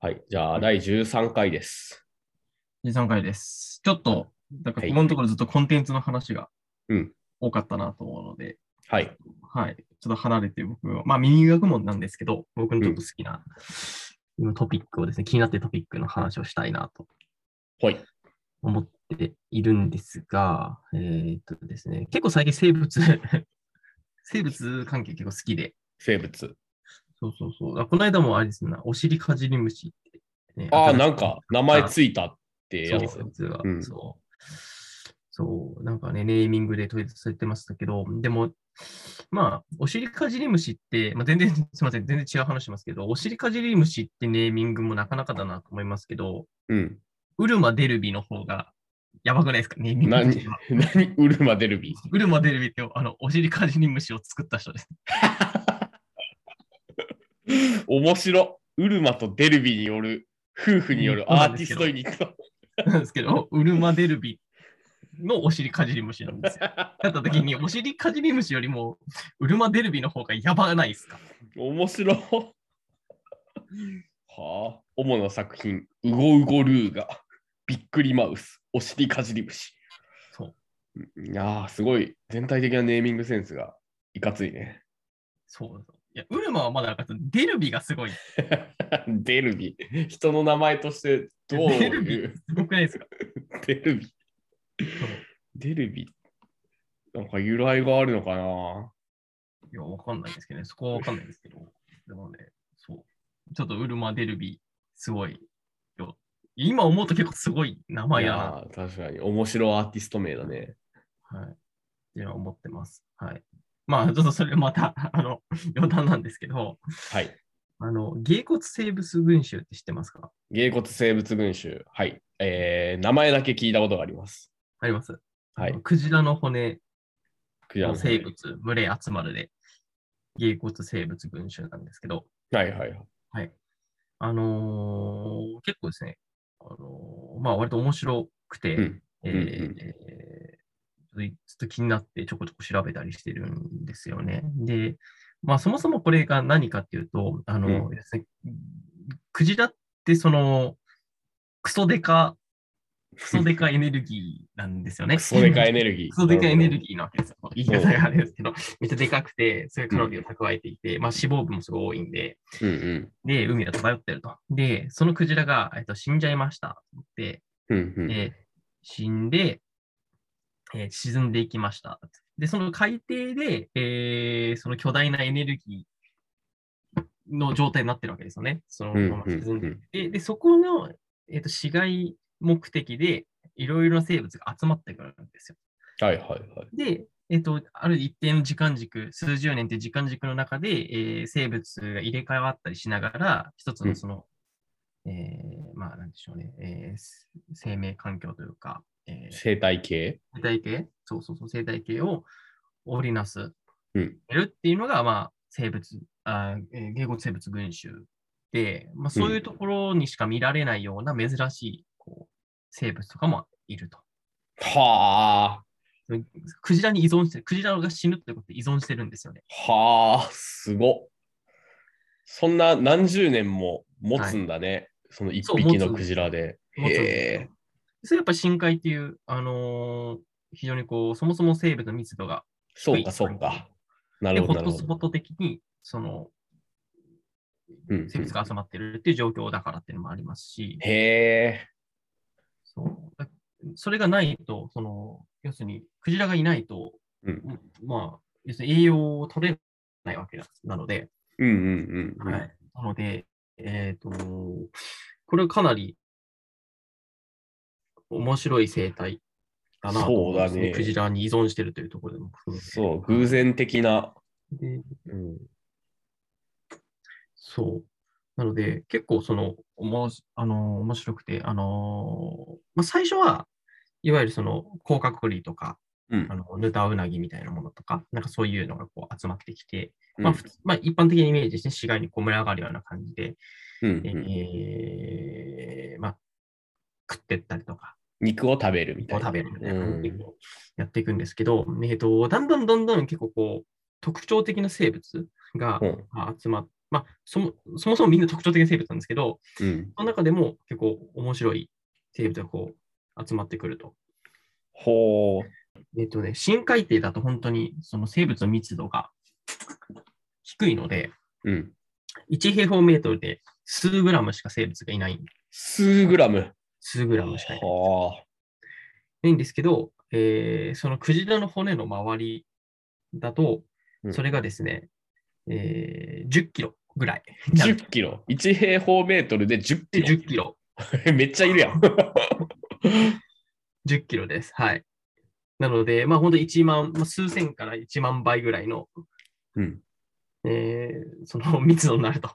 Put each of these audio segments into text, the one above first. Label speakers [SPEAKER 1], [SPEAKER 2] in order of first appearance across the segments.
[SPEAKER 1] はい。じゃあ、第13回です。
[SPEAKER 2] 13回です。ちょっと、なんか
[SPEAKER 1] は
[SPEAKER 2] こ
[SPEAKER 1] い
[SPEAKER 2] このところずっとコンテンツの話が
[SPEAKER 1] うん
[SPEAKER 2] 多かったなと思うので、
[SPEAKER 1] はい。
[SPEAKER 2] はい。ちょっと離れて僕は、まあ、民謡学問なんですけど、僕のちょっと好きな、今トピックをですね、気になってるトピックの話をしたいなと
[SPEAKER 1] ほい。
[SPEAKER 2] 思っているんですが、えーっとですね、結構最近生 物、生物関係結構好きで、
[SPEAKER 1] 生物。
[SPEAKER 2] そうそうそう。あこの間もあれですね、お尻かじり虫って、ね。
[SPEAKER 1] ああ、
[SPEAKER 2] 新しい
[SPEAKER 1] なんか、名前ついたってやつ
[SPEAKER 2] そう、。実は、
[SPEAKER 1] うん
[SPEAKER 2] そう。そう、なんかね、ネーミングで統一されてましたけど、でも、まあ、お尻かじり虫って、まあ、全然、すみません、全然違う話しますけど、お尻かじり虫ってネーミングもなかなかだなと思いますけど、
[SPEAKER 1] うん。
[SPEAKER 2] ウルマデルビの方がやばくないですか、ネーミングとし
[SPEAKER 1] 何
[SPEAKER 2] ては、
[SPEAKER 1] 何、ウルマデルビー。
[SPEAKER 2] ウルマデルビって、あの、お尻かじり虫を作った人です。
[SPEAKER 1] 面白。ウルマとデルビーによる、夫婦による
[SPEAKER 2] うん
[SPEAKER 1] アーティストユニット。
[SPEAKER 2] なんですけど、ウルマデルビのお尻かじり虫なんですよ。だった時に、お尻かじり虫よりも、ウルマデルビの方がやばないですか
[SPEAKER 1] 面白。はあ。主な作品、ウゴウゴルーガ、びっくりマウス、お尻かじり虫。
[SPEAKER 2] そう。
[SPEAKER 1] いやー、すごい。全体的なネーミングセンスがいかついね。
[SPEAKER 2] そうそう。いや、ウルマはまだ分かった。デルビがすごい。す
[SPEAKER 1] デルビ。人の名前としてどう
[SPEAKER 2] デルビ
[SPEAKER 1] いう
[SPEAKER 2] ごくないですか
[SPEAKER 1] デルビ。デルビ。なんか由来があるのかない
[SPEAKER 2] や、わかんないですけどね。そこはわかんないですけど。でもね、そう。ちょっとウルマ・デルビ、すごいよ。今思うと結構すごい名前だな。
[SPEAKER 1] ー確かに。面白アーティスト名だね。
[SPEAKER 2] はい。っていうのは思ってます。はい。まあ、ちょっとそれまた、あの、余談なんですけど、
[SPEAKER 1] はい。
[SPEAKER 2] あの、芸骨生物群衆って知ってますか
[SPEAKER 1] 芸骨生物群衆。はい。えー、名前だけ聞いたことがあります。
[SPEAKER 2] あります。
[SPEAKER 1] はい。
[SPEAKER 2] クジラの骨
[SPEAKER 1] クジラ
[SPEAKER 2] の
[SPEAKER 1] の
[SPEAKER 2] 生物、群れ集まるで、芸骨生物群衆なんですけど、
[SPEAKER 1] はいはいはい。
[SPEAKER 2] はい。あのー結構ですね、あのーまあ、割と面白くて、
[SPEAKER 1] うん
[SPEAKER 2] え
[SPEAKER 1] うん
[SPEAKER 2] ー
[SPEAKER 1] うん
[SPEAKER 2] ちょっとずっと気になってちょこちょこ調べたりしてるんですよね。で、まあ、そもそもこれが何かっていうと、あの
[SPEAKER 1] う
[SPEAKER 2] ですねクジラってその、クソデカ、クソデカエネルギーなんですよね。
[SPEAKER 1] クソデカエ
[SPEAKER 2] ルギー。
[SPEAKER 1] ネルギー。
[SPEAKER 2] クソデカエネル
[SPEAKER 1] ー。
[SPEAKER 2] ギーなわけですよ。言い方があれですけど、めっちゃでかくて、そういうカロリーを蓄えていて、まあ脂肪分もすごい多いんで、
[SPEAKER 1] うんうん。
[SPEAKER 2] で、海が漂ってると。で、そのクジラが、えっと、死んじゃいましたって
[SPEAKER 1] うんうん
[SPEAKER 2] で、死んで、えー沈んでいきました。で、その海底で、えーその巨大なエネルギーの状態になってるわけですよね。その
[SPEAKER 1] うん
[SPEAKER 2] まま
[SPEAKER 1] うん
[SPEAKER 2] 沈んでいって。で、そこの、えっと死骸目的で、いろいろな生物が集まってくるんですよ。
[SPEAKER 1] はいはいはい。
[SPEAKER 2] で、えっと、ある一定の時間軸、数十年という時間軸の中で、えー生物が入れ替わったりしながら、一つ
[SPEAKER 1] うん
[SPEAKER 2] のその、えーまあ、なんでしょうね、えーす生命環境というか、えー
[SPEAKER 1] 生態系
[SPEAKER 2] 生態系、そうそうそう、生態系を織りなす、
[SPEAKER 1] うん
[SPEAKER 2] るっていうのが、まあ、生物、あーえー芸語生物群衆で、まあ、そういうところにしか見られないような珍しい、こう生物とかもいると。
[SPEAKER 1] はあ。
[SPEAKER 2] クジラに依存してる、クジラが死ぬってことで依存してるんですよね。
[SPEAKER 1] はあ、すごっ。そんな何十年も持つんだね。その一
[SPEAKER 2] そう
[SPEAKER 1] 匹
[SPEAKER 2] 持つ
[SPEAKER 1] の
[SPEAKER 2] んで
[SPEAKER 1] ク
[SPEAKER 2] す
[SPEAKER 1] ジラで。
[SPEAKER 2] 持つんですよ
[SPEAKER 1] へえ。
[SPEAKER 2] それやっぱ深海っていう、あのー非常にこう、そもそも生物の密度が、
[SPEAKER 1] そうか、そうか。な
[SPEAKER 2] で
[SPEAKER 1] る
[SPEAKER 2] ホ
[SPEAKER 1] ほど、
[SPEAKER 2] ッ
[SPEAKER 1] なる
[SPEAKER 2] ト
[SPEAKER 1] ほ
[SPEAKER 2] ス
[SPEAKER 1] ど。
[SPEAKER 2] ポット的に、その、
[SPEAKER 1] うんうん
[SPEAKER 2] 生物が集まってるっていう状況だからっていうのもありますし、
[SPEAKER 1] へえ。
[SPEAKER 2] そうだそれがないと、その、要するに、クジラがいないと、
[SPEAKER 1] うん
[SPEAKER 2] まあ、要するに栄養を取れないわけななので、
[SPEAKER 1] うんうんうんうん。
[SPEAKER 2] はい。なので、えっ、と、これはかなり面白い生態だなと思います
[SPEAKER 1] そうだね
[SPEAKER 2] クジラに依存してるというところでも含めて
[SPEAKER 1] そう、偶然的な。
[SPEAKER 2] で
[SPEAKER 1] うん
[SPEAKER 2] そう。なので、結構その、おもしあのー面白くて、あのーまあ、最初は、いわゆるその、甲殻類とか、
[SPEAKER 1] うん
[SPEAKER 2] あの、ヌタウナギみたいなものとか、なんかそういうのがこう集まってきて、
[SPEAKER 1] うん
[SPEAKER 2] まあ、普通まあ、一般的なイメージですね、市街にこう群がるような感じで、
[SPEAKER 1] うんうん
[SPEAKER 2] えーまあ、食ってったりとか、
[SPEAKER 1] 肉を食べるみた
[SPEAKER 2] こ
[SPEAKER 1] いうな。
[SPEAKER 2] 食べるみたいな
[SPEAKER 1] うん
[SPEAKER 2] 感じでやっていくんですけど、えーと、だんだんどんどん結構こう、特徴的な生物が
[SPEAKER 1] うん
[SPEAKER 2] まあ集まっまあ、そもそもそもみんな特徴的な生物なんですけど、
[SPEAKER 1] うん。
[SPEAKER 2] その中でも結構面白い生物がこう集まってくると。
[SPEAKER 1] ほう。
[SPEAKER 2] えっとね、深海底だと本当にその生物の密度が低いので、
[SPEAKER 1] うん。
[SPEAKER 2] 1平方メートルで数グラムしか生物がいない、
[SPEAKER 1] 数グラム。
[SPEAKER 2] 数グラムしかいない。
[SPEAKER 1] はあ。
[SPEAKER 2] ないんですけど、えーそのクジラの骨の周りだと
[SPEAKER 1] う、ん
[SPEAKER 2] それがですね、えー10キロぐらい。
[SPEAKER 1] 10キロ。1平方メートルで10キ
[SPEAKER 2] で
[SPEAKER 1] ロ。
[SPEAKER 2] 10キロ。
[SPEAKER 1] めっちゃいるやん。
[SPEAKER 2] 10キロです。はい。なので、まあ本当1万、まあ、数千から1万倍ぐらいの、
[SPEAKER 1] うん。
[SPEAKER 2] えーその密度になると。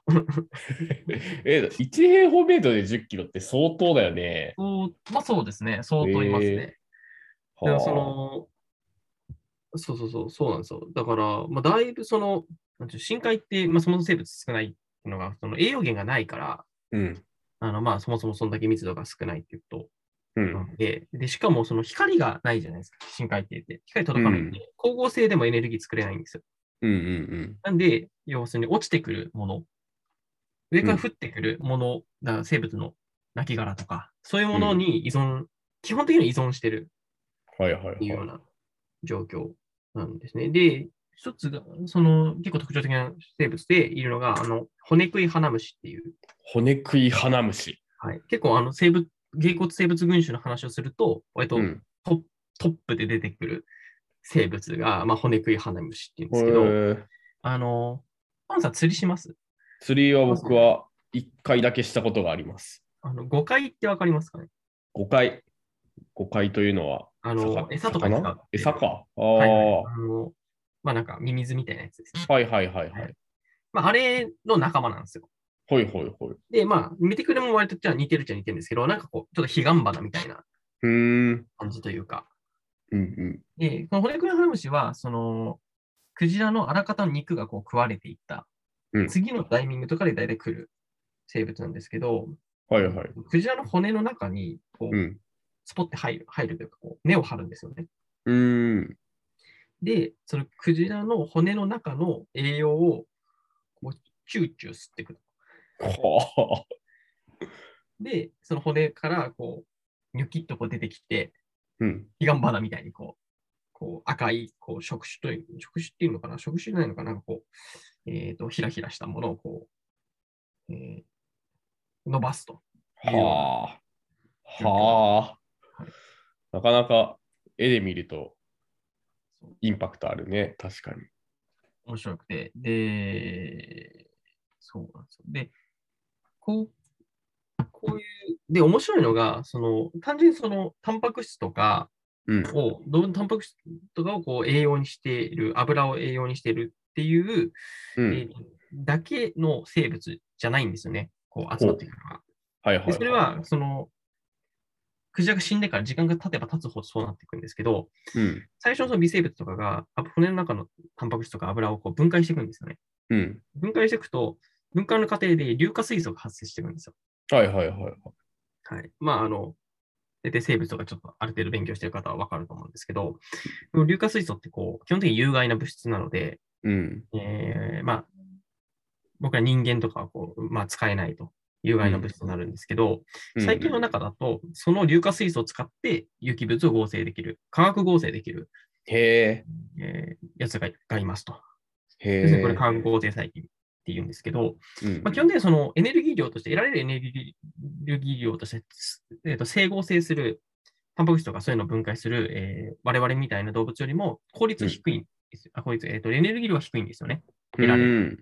[SPEAKER 1] え、1平方メートルで10キロって相当だよね。
[SPEAKER 2] そうまあそうですね。相当いますね。
[SPEAKER 1] へーは
[SPEAKER 2] だか
[SPEAKER 1] あ
[SPEAKER 2] らその、そうそうそう、そうなんですよ。だから、まあ、だいぶその、なんていう深海って、まあ、そもそも生物少ないっていうのが、その栄養源がないから、
[SPEAKER 1] うん。
[SPEAKER 2] あのまあ、そもそもそんだけ密度が少ないっていうこと
[SPEAKER 1] う。
[SPEAKER 2] なんので、で、しかもその光がないじゃないですか、深海底って。光届かないんで、光合成でもエネルギー作れないんですよ。
[SPEAKER 1] うんうん
[SPEAKER 2] なんで、要するに落ちてくるもの、上から降ってくるもの、だから生物の亡きとか、そういうものに依存、基本的には依存してる
[SPEAKER 1] うん。はいはいは
[SPEAKER 2] っていうよう
[SPEAKER 1] い。
[SPEAKER 2] な状況なんですね。で、一つが、その結構特徴的な生物でいるのが、あの骨食い花虫っていう、
[SPEAKER 1] 骨食い花虫。
[SPEAKER 2] はい、結構あの生物、芸骨生物群種の話をすると、割と
[SPEAKER 1] うん。
[SPEAKER 2] ト,、トップで出てくる生物が、まあ、骨食い花虫っていうんで
[SPEAKER 1] へ
[SPEAKER 2] すけど、
[SPEAKER 1] ー
[SPEAKER 2] あの、パンさん釣りします
[SPEAKER 1] 釣りは僕は1回だけしたことがあります。
[SPEAKER 2] あの誤解ってわかりますかね
[SPEAKER 1] 5回。5回というのは、
[SPEAKER 2] あの
[SPEAKER 1] 魚
[SPEAKER 2] 餌とかに使
[SPEAKER 1] 魚
[SPEAKER 2] う。
[SPEAKER 1] 餌か。ああ。
[SPEAKER 2] は
[SPEAKER 1] はいい
[SPEAKER 2] はい、
[SPEAKER 1] は
[SPEAKER 2] あのまあなんかミミズみたいなやつですね。
[SPEAKER 1] いはいはい。
[SPEAKER 2] まあ、あれの仲間なんですよ。
[SPEAKER 1] ほいほいほい。
[SPEAKER 2] で、まあ、見てくれも割とじゃあ似てるっちゃ似てるんですけど、なんかこう、ちょっと彼岸花みたいな
[SPEAKER 1] うーん。
[SPEAKER 2] 感じというか。
[SPEAKER 1] うんうん。
[SPEAKER 2] で、この骨組みハムシは、その、クジラのあらかたの肉がこう食われていった
[SPEAKER 1] うん、
[SPEAKER 2] 次のタイミングとかで大体来る生物なんですけど、
[SPEAKER 1] はいはい。
[SPEAKER 2] クジラの骨の中に、こ
[SPEAKER 1] う
[SPEAKER 2] う、
[SPEAKER 1] ん。
[SPEAKER 2] スポッて入る、入るというか、こう、根を張るんですよね。
[SPEAKER 1] うーん。
[SPEAKER 2] で、そのクジラの骨の中の栄養を、こう、チューチュー吸ってくる。
[SPEAKER 1] はあ。
[SPEAKER 2] で、その骨から、こう、ニョキッとこう出てきて、
[SPEAKER 1] うん。
[SPEAKER 2] 彼岸花みたいにこう、こう赤いこう触手という、触手っていうのかな、触手じゃないのかな、なんかこう、えっ、と、ひらひらしたものをこう、えー伸ばすと。
[SPEAKER 1] はあ。
[SPEAKER 2] いうような
[SPEAKER 1] はあ
[SPEAKER 2] はい。
[SPEAKER 1] なかなか絵で見るとインパクトあるね。確かに。
[SPEAKER 2] 面白くて。で、そうなんですよ。で、こう、こういう、で、面白いのが、その、単純にその、タンパク質とか
[SPEAKER 1] うん。
[SPEAKER 2] を、動物タンパク質とかをこう栄養にしている、油を栄養にしているっていう、
[SPEAKER 1] う
[SPEAKER 2] えー
[SPEAKER 1] ん。
[SPEAKER 2] だけの生物じゃないんですよね、こう集まってくるのが。
[SPEAKER 1] はいはい
[SPEAKER 2] で
[SPEAKER 1] い。
[SPEAKER 2] それは、その、クジラが死んでから時間が経てば経つほどそうなってくるんですけど、
[SPEAKER 1] うん。
[SPEAKER 2] 最初のその微生物とかがあ骨の中のタンパク質とか油をこう分解していくんですよね。
[SPEAKER 1] うん。
[SPEAKER 2] 分解していくと、分解の過程で硫化水素が発生していくんですよ。
[SPEAKER 1] はいはいはい。
[SPEAKER 2] はい。まあ、あの、大体生物とかちょっとある程度勉強してる方はわかると思うんですけど、この硫化水素ってこう、基本的に有害な物質なので、
[SPEAKER 1] うん。
[SPEAKER 2] えーまあ、僕ら人間とかはこう、まあ、使えないと、有害な物質になるんですけど、
[SPEAKER 1] うん
[SPEAKER 2] 最近の中だと、その硫化水素を使って有機物を合成できる、化学合成できる、
[SPEAKER 1] へえ。
[SPEAKER 2] えーやつががいますと。
[SPEAKER 1] へ
[SPEAKER 2] 要す
[SPEAKER 1] え。
[SPEAKER 2] るにこれ化学合成細菌って言うんですけど、
[SPEAKER 1] うん
[SPEAKER 2] まあ、基本的にそのエネルギー量として、得られるエネルギー量として、えーと整合性する、タンパク質とかそういうのを分解する、えー我々みたいな動物よりも効率低いんです、あ効率、えーと、エネルギー量は低いんですよね。得られ
[SPEAKER 1] うん。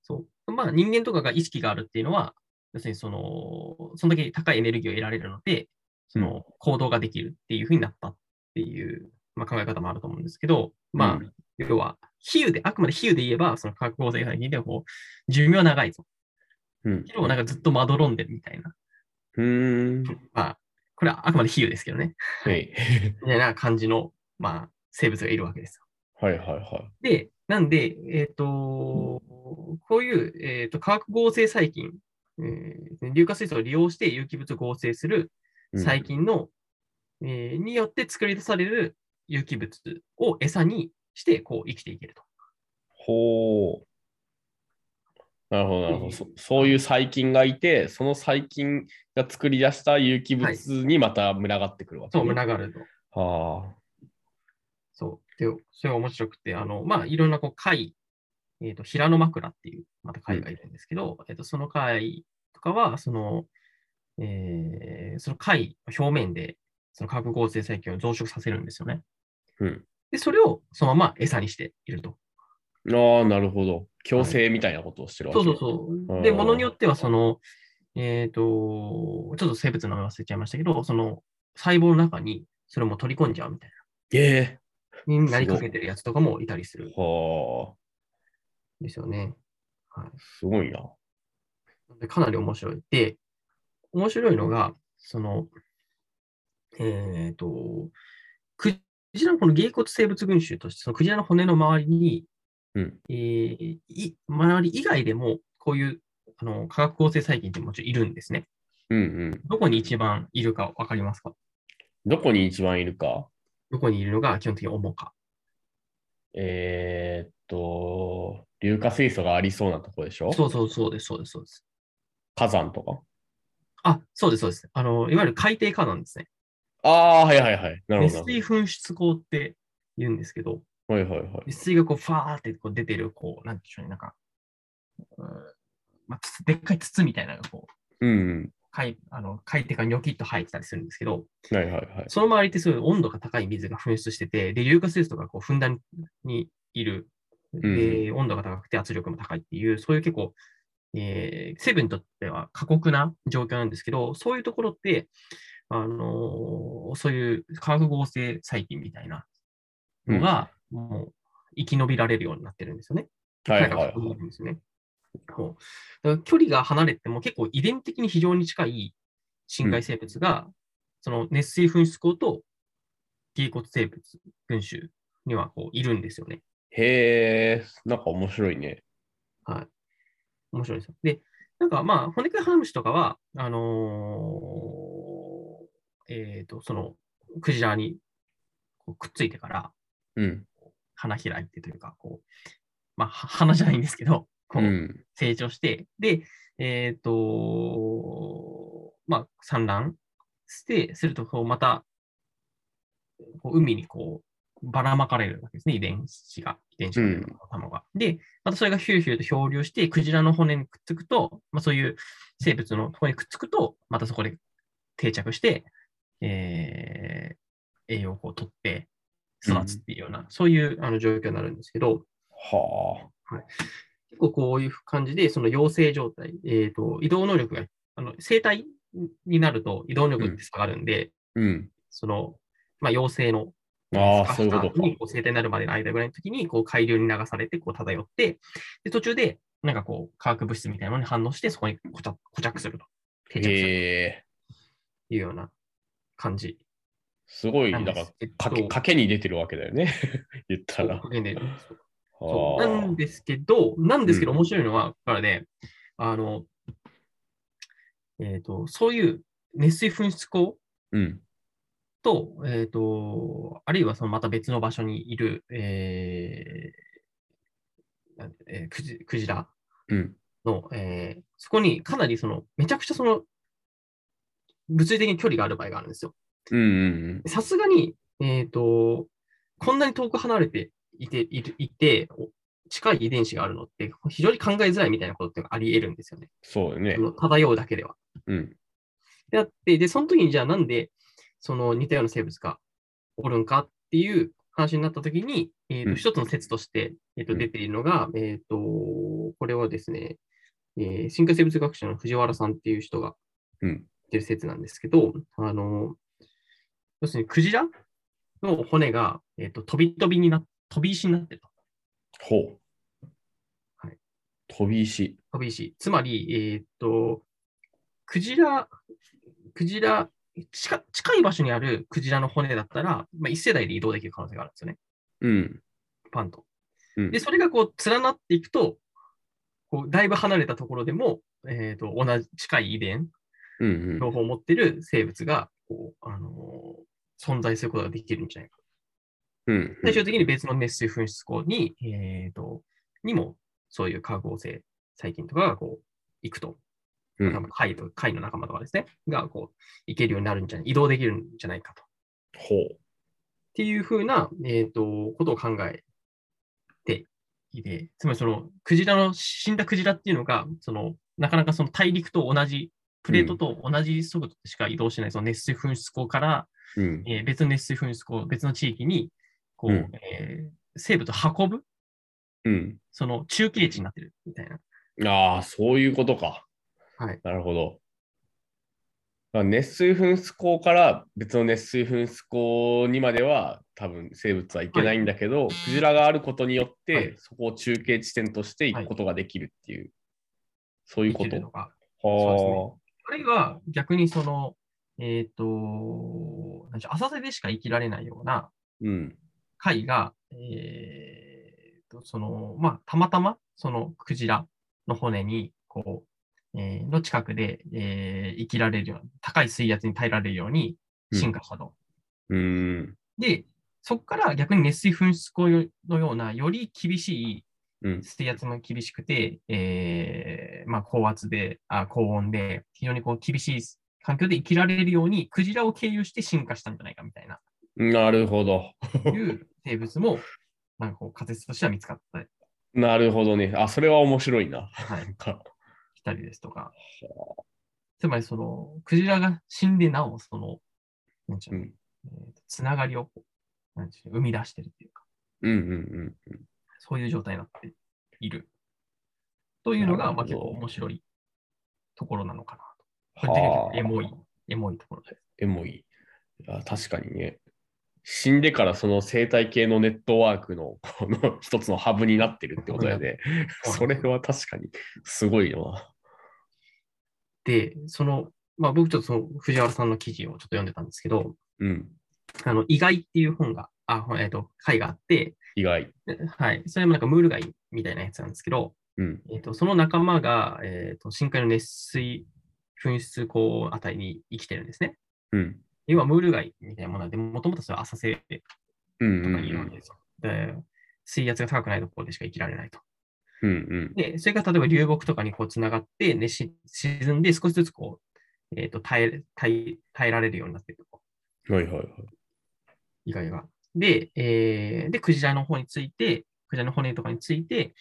[SPEAKER 2] そう。まあ、人間とかが意識があるっていうのは、要するにその、そのだけ高いエネルギーを得られるので、その行動ができるっていうふうになったっていう、まあ、考え方もあると思うんですけど、まあ、
[SPEAKER 1] うん
[SPEAKER 2] 要は、比喩で、あくまで比喩で言えば、その化学合成細菌ではこう、寿命は長いぞ。
[SPEAKER 1] うん。
[SPEAKER 2] けど、なんかずっとまどろんでるみたいな。
[SPEAKER 1] うーん。
[SPEAKER 2] まあ、これはあくまで比喩ですけどね。
[SPEAKER 1] はい。
[SPEAKER 2] みたいな感じの、まあ、生物がいるわけですよ
[SPEAKER 1] はいはいは
[SPEAKER 2] で、なんで、えっ、と、こういう、えっと化学合成細菌、えー硫化水素を利用して有機物を合成する
[SPEAKER 1] い。
[SPEAKER 2] 細菌の、えーによって作り出される有機物を餌にしてこう生きていけると。
[SPEAKER 1] ほう。なるほど、なるほど。そそういう細菌がいて、その細菌が作り出した有機物にまた群がってくるわけ、
[SPEAKER 2] そう、
[SPEAKER 1] ね
[SPEAKER 2] 群がると。
[SPEAKER 1] は
[SPEAKER 2] そう。で、それは面白くて、あの、まあ、いろんなこう貝、えっ、と、平野枕っていう、また貝がいるんですけど、えっ、と、その貝とかは、その、えーその貝表面で、その化学合成細菌を増殖させるんですよね。
[SPEAKER 1] うん
[SPEAKER 2] で、それをそのまま餌にしていると。
[SPEAKER 1] あ。ああ、なるほど。強制みたいなことをしてるわけ、
[SPEAKER 2] そうそうそう。
[SPEAKER 1] あ
[SPEAKER 2] で、
[SPEAKER 1] ー
[SPEAKER 2] ものによっては、その、えっ、と、ちょっと生物の名前忘れちゃいましたけど、その細胞の中にそれも取り込んじゃうみたい
[SPEAKER 1] え
[SPEAKER 2] な、になりかけてるやつとかもいたりするん
[SPEAKER 1] えはあ。
[SPEAKER 2] ですよね。はい。
[SPEAKER 1] すごいな。
[SPEAKER 2] でかなり面白い。で、面白いのが、その、えっ、と、クジラのこの芸骨生物群衆として、そのクジラの骨の周りに、
[SPEAKER 1] うん。
[SPEAKER 2] えーい周り以外でも、こういうあの化学合成細菌ってもちろんいるんですね。
[SPEAKER 1] うんうん。
[SPEAKER 2] どこに一番いるか分かりますか
[SPEAKER 1] どこに一番いるか
[SPEAKER 2] どこにいるのが基本的に重か。
[SPEAKER 1] えーっと、硫化水素がありそうなとこでしょ
[SPEAKER 2] そうそうそうです、そうです、そうです。
[SPEAKER 1] 火山とか。
[SPEAKER 2] あ、そうです、そうです。あの、いわゆる海底火山ですね。
[SPEAKER 1] ああ、はいはいはい。なる
[SPEAKER 2] 熱
[SPEAKER 1] ほど。
[SPEAKER 2] 水噴出口って言うんですけど、
[SPEAKER 1] はいはいはい。
[SPEAKER 2] 熱水がこう、ファーってこう出てる、こう、なんでしょうね、なんか、うんまあ、筒でっかい筒みたいなのがこう、
[SPEAKER 1] うん
[SPEAKER 2] 海あの海底からニョキッと入ってたりするんですけど、
[SPEAKER 1] うん。はいはいはい。
[SPEAKER 2] その周りってそういう温度が高い水が噴出してて、で、硫化水素がこうふんだんにいる、で、温度が高くて圧力も高いっていう、そういう結構、えー、セブンにとっては過酷な状況なんですけど、そういうところって、あのーそういう化学合成細菌みたいなのが、もう生き延びられるようになってるんですよね。
[SPEAKER 1] はいは
[SPEAKER 2] ない
[SPEAKER 1] は
[SPEAKER 2] んか
[SPEAKER 1] い
[SPEAKER 2] こ。ういうんですね。そうだから距離が離れても結構遺伝的に非常に近い深海生物が、その熱水噴出口と芸骨生物群衆にはこういるんですよね。
[SPEAKER 1] へえ、なんか面白いね。
[SPEAKER 2] はい。面白いですよ。で、なんかまあ、骨クハムシとかは、あのーえっ、と、その、クジラにこうくっついてから
[SPEAKER 1] うん。
[SPEAKER 2] 花開いてというか、こう、まあ、は花じゃないんですけど、こ
[SPEAKER 1] う
[SPEAKER 2] う、
[SPEAKER 1] ん。
[SPEAKER 2] 成長して、で、えっ、と、まあ、産卵して、すると、こう、また、こう海にこう、ばらまかれるわけですね、遺伝子が、遺伝子がというか、卵が。で、またそれがヒューヒューと漂流して、クジラの骨にくっつくと、まあ、そういう生物の骨にくっつくと、またそこで定着して、えー栄養をこう取って育つっていうような、そういうあの状況になるんですけど、
[SPEAKER 1] は
[SPEAKER 2] 結構こういう感じで、その陽性状態、えーと移動能力が、あの生体になると移動能力って下がるんで、
[SPEAKER 1] あ。うん。
[SPEAKER 2] その、まあ、陽性の、
[SPEAKER 1] ああ、
[SPEAKER 2] スカ
[SPEAKER 1] そういうこと
[SPEAKER 2] スカに
[SPEAKER 1] か。
[SPEAKER 2] こう生体になるまでの間ぐらいの時に、こう、海流に流されて、こう、漂って、で、途中で、なんかこう、化学物質みたいなのに反応して、そこに固着固着すると。定着する
[SPEAKER 1] へえ、
[SPEAKER 2] というような感じ
[SPEAKER 1] すごい、
[SPEAKER 2] な
[SPEAKER 1] だか
[SPEAKER 2] んです
[SPEAKER 1] ら、
[SPEAKER 2] けど。
[SPEAKER 1] かけ賭けに出てるわけだよね。 言った
[SPEAKER 2] そう
[SPEAKER 1] ら。
[SPEAKER 2] かけねそうそう
[SPEAKER 1] はあ
[SPEAKER 2] なんですけど、なんですけど、
[SPEAKER 1] うん
[SPEAKER 2] 面白いのは、これね、あの、えっ、と、そういう熱水噴出口
[SPEAKER 1] うん。
[SPEAKER 2] と、えっ、と、あるいはそのまた別の場所にいる、えーなんえークジクジラ
[SPEAKER 1] うん。
[SPEAKER 2] の、えーそこにかなりその、めちゃくちゃその、物理的に距離がある場合があるんですよ。
[SPEAKER 1] うんうん
[SPEAKER 2] さすがに、えっ、と、こんなに遠く離れていて、いるいて、お近い遺伝子があるのって、非常に考えづらいみたいなことってあり得るんですよね。
[SPEAKER 1] そうだね
[SPEAKER 2] そ。の漂うだけでは。
[SPEAKER 1] うん。
[SPEAKER 2] であって、で、その時にじゃあなんで、その似たような生物がおるんかっていう話になった時に、えーと
[SPEAKER 1] うん
[SPEAKER 2] 一つの説として、えー、と
[SPEAKER 1] うん
[SPEAKER 2] 出ているのが、えっ、と、これはですね、えー進化生物学者の藤原さんっていう人が
[SPEAKER 1] う
[SPEAKER 2] 言
[SPEAKER 1] ん
[SPEAKER 2] ってる説なんですけど、あの、要するにクジラの骨が、えー、と飛び飛びにな飛び石になってると。
[SPEAKER 1] ほう。
[SPEAKER 2] はい。
[SPEAKER 1] 飛び石。
[SPEAKER 2] 飛び石。つまり、えーっと、クジラ、クジラ、近近い場所にあるクジラの骨だったら、まあ、1世代で移動できる可能性があるんですよね、
[SPEAKER 1] うん。
[SPEAKER 2] パンと。
[SPEAKER 1] うん
[SPEAKER 2] で、それがこう、連なっていくと、こうだいぶ離れたところでも、えー、と同じ近い遺伝、
[SPEAKER 1] うんうん。
[SPEAKER 2] 両方持ってる生物がこう、あのー存在することができるんじゃないか。
[SPEAKER 1] うん。
[SPEAKER 2] 最終的に別の熱水噴出口に、えー、とにもそういう化合成細菌とかがこう、行くと、
[SPEAKER 1] う
[SPEAKER 2] 多分
[SPEAKER 1] ん。
[SPEAKER 2] 貝と貝の仲間とかですね、がこう、行けるようになるんじゃない、移動できるんじゃないかと。っ
[SPEAKER 1] ほう。
[SPEAKER 2] ていうふうな、えっ、と、ことを考えていて、つまりその、クジラの、死んだクジラっていうのが、その、なかなかその大陸と同じ、プレートと同じ速度でしか移動しない、その熱水噴出口から、
[SPEAKER 1] うん。
[SPEAKER 2] えー別の熱水噴出口、別の地域に、こう、
[SPEAKER 1] うん
[SPEAKER 2] えー生物を運ぶ、
[SPEAKER 1] うん。
[SPEAKER 2] その中継地になってるみたいな。
[SPEAKER 1] ああ、そういうことか。
[SPEAKER 2] はい。
[SPEAKER 1] なるほど。まあ熱水噴出口から別の熱水噴出口にまでは多分生物はいけないんだけど、クジラがあることによって、
[SPEAKER 2] はい
[SPEAKER 1] そこを中継地点として行くことができるっていう、そういうこ
[SPEAKER 2] でき
[SPEAKER 1] と
[SPEAKER 2] るの。がそうですね
[SPEAKER 1] は
[SPEAKER 2] あるいは逆にその、えっ、と、なんでしょう浅瀬でしか生きられないような
[SPEAKER 1] あ、うん。
[SPEAKER 2] 貝が、えーと、その、まあ、たまたま、そのクジラの骨に、こう、えーの近くで、えー生きられるような、高い水圧に耐えられるように進化したと。
[SPEAKER 1] うん。
[SPEAKER 2] で、そこから逆に熱水噴出口のような、より厳し
[SPEAKER 1] う
[SPEAKER 2] い、
[SPEAKER 1] ん。
[SPEAKER 2] 水圧も厳しくて、えーまあ、高圧であ、高温で、非常にこう厳しい環境で生きられるように、クジラを経由して進化したんじゃないかみたいな、
[SPEAKER 1] なるほど。
[SPEAKER 2] いう生物も、 なんかこう仮説としては見つかったり
[SPEAKER 1] なるほどね。あ、それは面白いな。
[SPEAKER 2] はい
[SPEAKER 1] なんか
[SPEAKER 2] したりですとか、つまりその、クジラが死んでなお、その、なんちゅう
[SPEAKER 1] う
[SPEAKER 2] の
[SPEAKER 1] ん
[SPEAKER 2] えーとつながりをこうなんちゅうの生み出してるっていうか、
[SPEAKER 1] うんうん
[SPEAKER 2] そういう状態になっている。というの
[SPEAKER 1] な
[SPEAKER 2] が、
[SPEAKER 1] るほど
[SPEAKER 2] まあ、結構面白いところなのかなと。
[SPEAKER 1] うん。
[SPEAKER 2] これ
[SPEAKER 1] はあ
[SPEAKER 2] エモい、エモいところです。
[SPEAKER 1] エモい。いや確かにね。死んでからその生態系のネットワークのこの一つのハブになってるってことやね。それは確かにすごいよな。
[SPEAKER 2] で、その、まあ、僕ちょっとその藤原さんの記事をちょっと読んでたんですけど、
[SPEAKER 1] うん。
[SPEAKER 2] あの、意外っていう本が、あ、ほえっ、と、回があって、
[SPEAKER 1] 意外。
[SPEAKER 2] ではい、それもなんかムール貝みたいなやつなんですけど、
[SPEAKER 1] うん。
[SPEAKER 2] えっ、と、その仲間が、えっ、と、深海の熱水噴出口あたりに生きてるんですね。
[SPEAKER 1] うん。
[SPEAKER 2] 要はムール貝みたいなものなんで、もともとそれは浅瀬
[SPEAKER 1] うん
[SPEAKER 2] と
[SPEAKER 1] うん
[SPEAKER 2] かにいるわけですよ。で、水圧が高くないところでしか生きられないと。
[SPEAKER 1] うんうん
[SPEAKER 2] で、それが例えば流木とかにこうつながって、ね、し沈んで少しずつこう、えっと耐え耐え耐えられるようになっていくと、
[SPEAKER 1] うん。はいはいはい。
[SPEAKER 2] 意外が。で、えーで、クジラの方について、クジラの骨とかについて、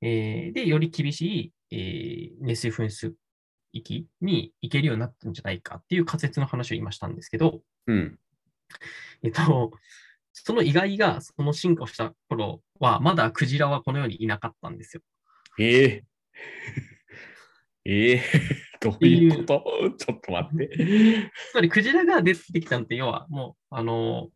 [SPEAKER 2] えーで、より厳しい、えー熱水噴出域に行けるようになったんじゃないかっていう仮説の話を今したんですけど、
[SPEAKER 1] うん。
[SPEAKER 2] えっと、その意外がその進化をした頃は、まだクジラはこの世にいなかったんですよ。
[SPEAKER 1] ええええどういうこと ちょっと待って。
[SPEAKER 2] つまりクジラが出てきたのって、要はもう、あの、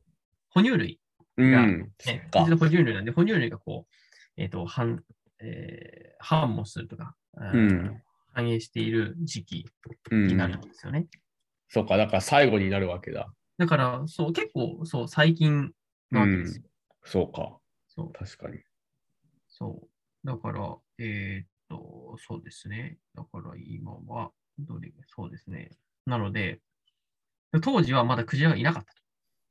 [SPEAKER 2] 哺乳類、
[SPEAKER 1] うん。
[SPEAKER 2] ね、
[SPEAKER 1] そっか
[SPEAKER 2] クジラ哺乳類なんで、哺乳類がこう、えっ、と、繁、えー繁茂するとか、
[SPEAKER 1] うん
[SPEAKER 2] 繁栄している時期
[SPEAKER 1] う
[SPEAKER 2] になる
[SPEAKER 1] ん
[SPEAKER 2] ん。ですよね。
[SPEAKER 1] そっか、だから最後になるわけだ。
[SPEAKER 2] だから、そう、結構、そう、最近なわけですよ。
[SPEAKER 1] そうか。
[SPEAKER 2] そう、
[SPEAKER 1] 確かに。
[SPEAKER 2] そう。だから、えーっと、そうですね。だから今は、どれそうですね。なので、当時はまだクジラがいなかった。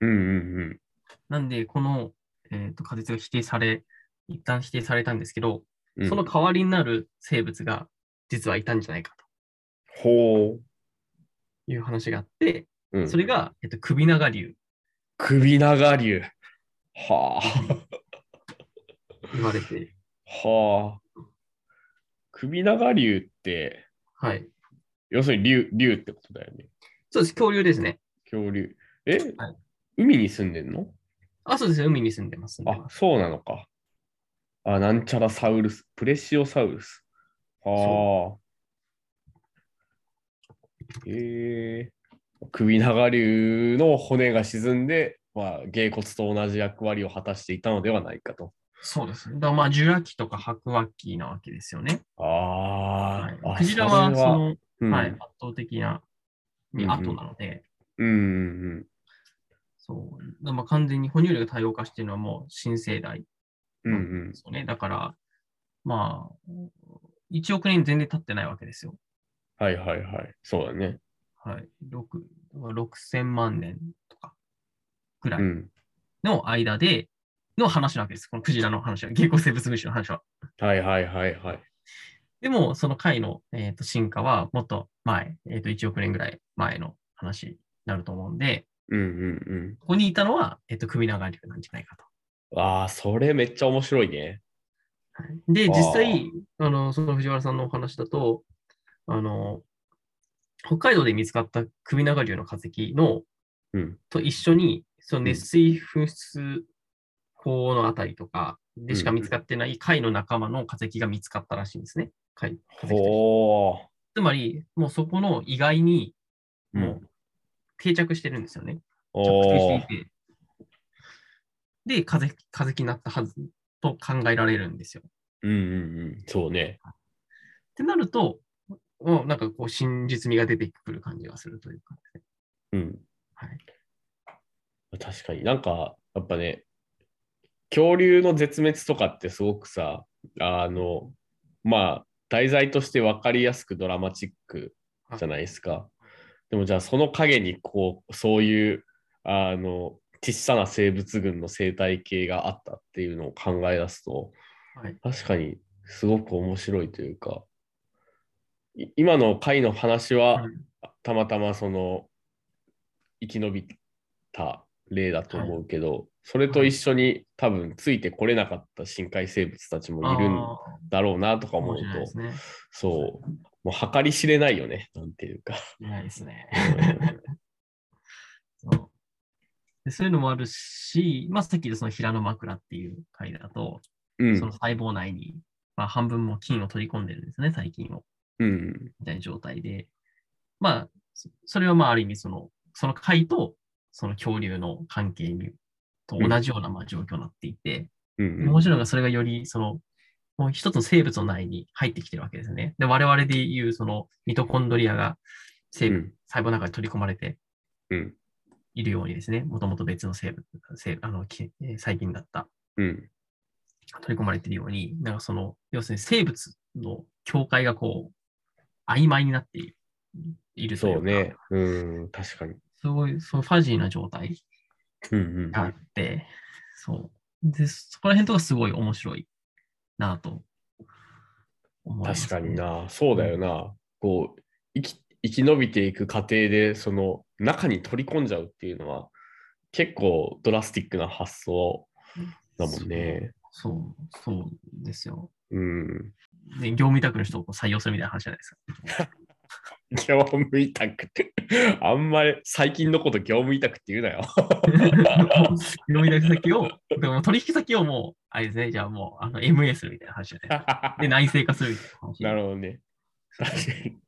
[SPEAKER 1] うんうんうん。
[SPEAKER 2] なんで、この、えーっと仮説が否定され、一旦否定されたんですけど、
[SPEAKER 1] うん
[SPEAKER 2] その代わりになる生物が実はいたんじゃないか
[SPEAKER 1] ほ
[SPEAKER 2] という話があって、
[SPEAKER 1] う。うん
[SPEAKER 2] それが、えっと、首長竜
[SPEAKER 1] 首長竜。は
[SPEAKER 2] と言われて、
[SPEAKER 1] あ。はあ。首長竜って、
[SPEAKER 2] はい。
[SPEAKER 1] 要するに竜竜ってことだよね。
[SPEAKER 2] そうです、恐竜ですね。
[SPEAKER 1] 恐竜。え、
[SPEAKER 2] はい
[SPEAKER 1] 海に住んでんの
[SPEAKER 2] あ、そうですね、海に住んでますんで
[SPEAKER 1] あ、そうなのか。あ、なんちゃらサウルス。プレシオサウルス。はあ。えー。首長竜の骨が沈んで、まあ、芸骨と同じ役割を果たしていたのではないかと。
[SPEAKER 2] そうですね。だからまあ、ジュラ紀とか白亜紀なわけですよね。は
[SPEAKER 1] あ
[SPEAKER 2] い
[SPEAKER 1] ーあ。
[SPEAKER 2] クジラ
[SPEAKER 1] そ
[SPEAKER 2] は
[SPEAKER 1] れ
[SPEAKER 2] その、
[SPEAKER 1] うん
[SPEAKER 2] はい、圧倒的なに
[SPEAKER 1] うんうん
[SPEAKER 2] 後なので、
[SPEAKER 1] うんうん
[SPEAKER 2] そうまあ、完全に哺乳類が多様化しているのはもう新生代
[SPEAKER 1] うん。うんうん
[SPEAKER 2] ですよね。だから、まあ、1億年全然経ってないわけですよ。
[SPEAKER 1] はいはいはい。そうだね。
[SPEAKER 2] はい、六6000万年とかぐら
[SPEAKER 1] う
[SPEAKER 2] い
[SPEAKER 1] ん。
[SPEAKER 2] の間での話なわけです。このクジラの話は、芸行生物群種の話は。
[SPEAKER 1] はいはいはいはい。
[SPEAKER 2] でも、その貝の、えーと進化はもっと前、えーと1億年ぐらい前の話になると思うんで、
[SPEAKER 1] うんうん
[SPEAKER 2] ここにいたのは、えーと首長竜なんじゃないかと。
[SPEAKER 1] うん。ああ、それめっちゃ面白いね。
[SPEAKER 2] はいで、
[SPEAKER 1] あー
[SPEAKER 2] 実際、あの、その藤原さんのお話だと、あの、北海道で見つかった首長竜の化石の、
[SPEAKER 1] うん。
[SPEAKER 2] と一緒に、その熱水噴出口のあたりとかでしか見つかってない貝の仲間の化石が見つかったらしいんですね。貝化石として
[SPEAKER 1] ほー。
[SPEAKER 2] つまり、もうそこの意外に
[SPEAKER 1] う。
[SPEAKER 2] もうん定着してるんですよね。着地
[SPEAKER 1] おー
[SPEAKER 2] していて。で、化石化石になったはずと考えられるんですよ。
[SPEAKER 1] うんうんうん。そうね。
[SPEAKER 2] ってなると、うんなんかこう真実味が出てくる感じがするというか。
[SPEAKER 1] うん。
[SPEAKER 2] はい、
[SPEAKER 1] 確かになんか、やっぱね、恐竜の絶滅とかってすごくさ、あの、まあ、題材として分かりやすくドラマチックじゃないですか。でもじゃあその陰にこう、そういう、あの、小さな生物群の生態系があったっていうのを考え出すと、
[SPEAKER 2] はい、
[SPEAKER 1] 確かにすごく面白いというか、い今の回の話は、
[SPEAKER 2] うん
[SPEAKER 1] たまたまその生き延びた例だと思うけど、それと一緒に多分ついてこれなかった深海生物たちもいるん
[SPEAKER 2] あ
[SPEAKER 1] だろうなとか
[SPEAKER 2] ー
[SPEAKER 1] 思う
[SPEAKER 2] 面
[SPEAKER 1] と、
[SPEAKER 2] 白いですね。
[SPEAKER 1] そうもう計り知れないよねなんていうか
[SPEAKER 2] 面白いですね。
[SPEAKER 1] うん
[SPEAKER 2] そうでそういうのもあるし、まあ、さっきのその平野枕っていう回だと、
[SPEAKER 1] うん
[SPEAKER 2] その細胞内に、まあ、半分も菌を取り込んでるんですね、細菌を。
[SPEAKER 1] うん
[SPEAKER 2] みたいな状態で。まあ、そそれはまあ、ある意味その、その貝とその恐竜の関係にと同じようなまあ状況になっていて、
[SPEAKER 1] うん
[SPEAKER 2] 面白いのがそれがより、その、もう一つの生物の内に入ってきてるわけですね。で、我々でいう、その、ミトコンドリアが生
[SPEAKER 1] う
[SPEAKER 2] 物、
[SPEAKER 1] ん
[SPEAKER 2] 細胞の中に取り込まれて
[SPEAKER 1] うん
[SPEAKER 2] いるようにですね、もともと別の生物、生あのきえー細菌だった、
[SPEAKER 1] うん
[SPEAKER 2] 取り込まれているように、なんかその、要するに生物の境界がこう、曖昧になっているいるとい
[SPEAKER 1] そうう
[SPEAKER 2] か
[SPEAKER 1] ねうん確かに
[SPEAKER 2] すごい、そのファジーな状態
[SPEAKER 1] うんうん
[SPEAKER 2] があって、そう。で、そこら辺とかすごい面白いなと思います、
[SPEAKER 1] 確かにな、そうだよな、こう生き生き延びていく過程で、その中に取り込んじゃうっていうのは、結構ドラスティックな発想だもんね。
[SPEAKER 2] そう。そう、そうですよ。
[SPEAKER 1] うん。
[SPEAKER 2] で、業務委託の人をこう採用するみたいな話じゃないで すか。
[SPEAKER 1] 業務委託って、あんまり最近のこと業務委託って言うな よ。
[SPEAKER 2] 業務委託先を、でも取引先をもう、あれですね、じゃあもうあの MA するみたいな話じゃないですか。で、内製化するみたいな話。
[SPEAKER 1] なるほどね。確かに。